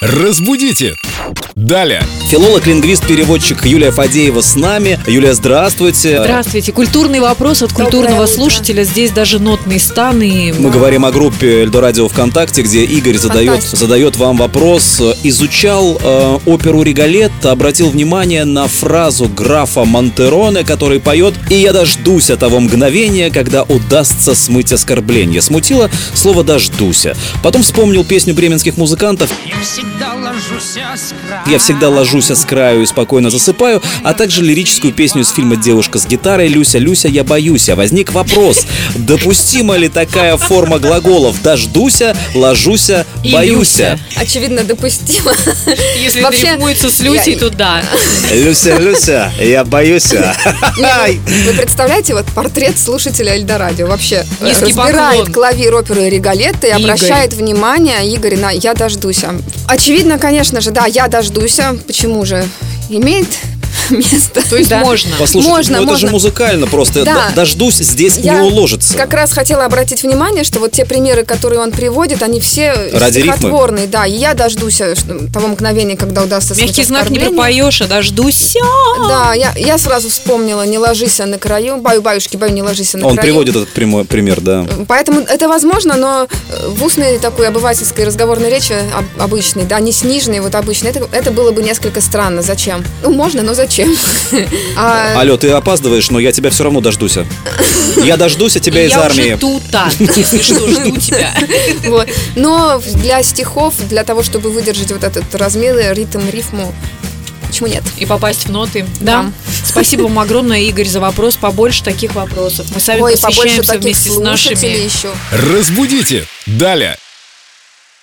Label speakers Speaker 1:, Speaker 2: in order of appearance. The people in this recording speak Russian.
Speaker 1: Разбудите! Далее!
Speaker 2: Филолог, лингвист, переводчик Юлия Фадеева с нами. Юлия, здравствуйте.
Speaker 3: Здравствуйте. Культурный вопрос от культурного
Speaker 4: утро.
Speaker 3: слушателя. Здесь даже нотный стан и...
Speaker 2: Мы говорим о группе Эльдорадио ВКонтакте, где Игорь задает,
Speaker 4: Фантастика.
Speaker 2: задает вам вопрос. Изучал э, оперу Риголетто, обратил внимание на фразу графа Монтероне, который поет «И я дождуся того мгновения, когда удастся смыть оскорбление». Смутило слово «дождуся». Потом вспомнил песню бременских музыкантов
Speaker 5: Я всегда ложусь с краю.
Speaker 2: Я всегда ложусь с краю и спокойно засыпаю, а также лирическую песню из фильма «Девушка с гитарой» «Люся, Люся, я боюсь». А Возник вопрос, допустима ли такая форма глаголов «дождуся», «ложуся»,
Speaker 3: И
Speaker 2: «боюся»?
Speaker 4: Очевидно, допустимо.
Speaker 3: Если
Speaker 4: Вообще,
Speaker 3: рифмуется с Люсей,
Speaker 4: я-
Speaker 3: то да.
Speaker 2: «Люся, Люся, я боюсь».
Speaker 4: Не, ну, Вы представляете, вот портрет слушателя Эльдорадио вообще э,
Speaker 3: Низкий
Speaker 4: разбирает
Speaker 3: поклон.
Speaker 4: клавир оперы Риголетто и
Speaker 3: Игорь.
Speaker 4: обращает внимание Игорь на «Я дождуся». Очевидно, конечно же, да, «Я дождуся». Почему же? Имеет место.
Speaker 3: То есть
Speaker 4: Да.
Speaker 3: можно.
Speaker 2: Послушайте,
Speaker 4: Можно,
Speaker 2: ну это
Speaker 4: можно.
Speaker 2: же музыкально просто.
Speaker 4: Да.
Speaker 2: Д- «Дождусь» здесь не
Speaker 4: Я
Speaker 2: уложится.
Speaker 4: Как раз хотела обратить внимание, что вот те примеры, которые он приводит, они все
Speaker 2: Ради рифмы?
Speaker 4: стихотворные, да. И я дождусь э, что- того мгновения, когда удастся смыть
Speaker 3: Мягкий знак не
Speaker 4: оскорбление.
Speaker 3: пропоешь, а дождусь.
Speaker 4: Да, я, я сразу вспомнила, не ложись на краю. Баю, баюшки, баю, не ложись на
Speaker 2: Он
Speaker 4: краю.
Speaker 2: приводит этот прямой пример, да.
Speaker 4: Поэтому это возможно, но э, в устной такой обывательской разговорной речи об- обычной, да, не сниженной, вот обычной, это, это было бы несколько странно. Зачем? Ну, можно, но зачем? А,
Speaker 2: Алло, ты опаздываешь, но я тебя все равно дождуся. Я дождусь а тебя
Speaker 3: И
Speaker 2: из
Speaker 3: я уже
Speaker 2: армии.
Speaker 3: тут-то, если что, жду тебя.
Speaker 4: вот. Но для стихов, для того, чтобы выдержать вот этот размер, ритм, рифму, почему нет?
Speaker 3: И попасть в ноты.
Speaker 4: Да.
Speaker 3: Спасибо вам огромное, Игорь, за вопрос. Побольше таких вопрослов. Мы сами
Speaker 4: Ой, побольше
Speaker 3: посвящаемся
Speaker 4: таких
Speaker 3: вместе с
Speaker 4: слушателей
Speaker 3: нашими.
Speaker 4: еще.
Speaker 1: Разбудите! Далее!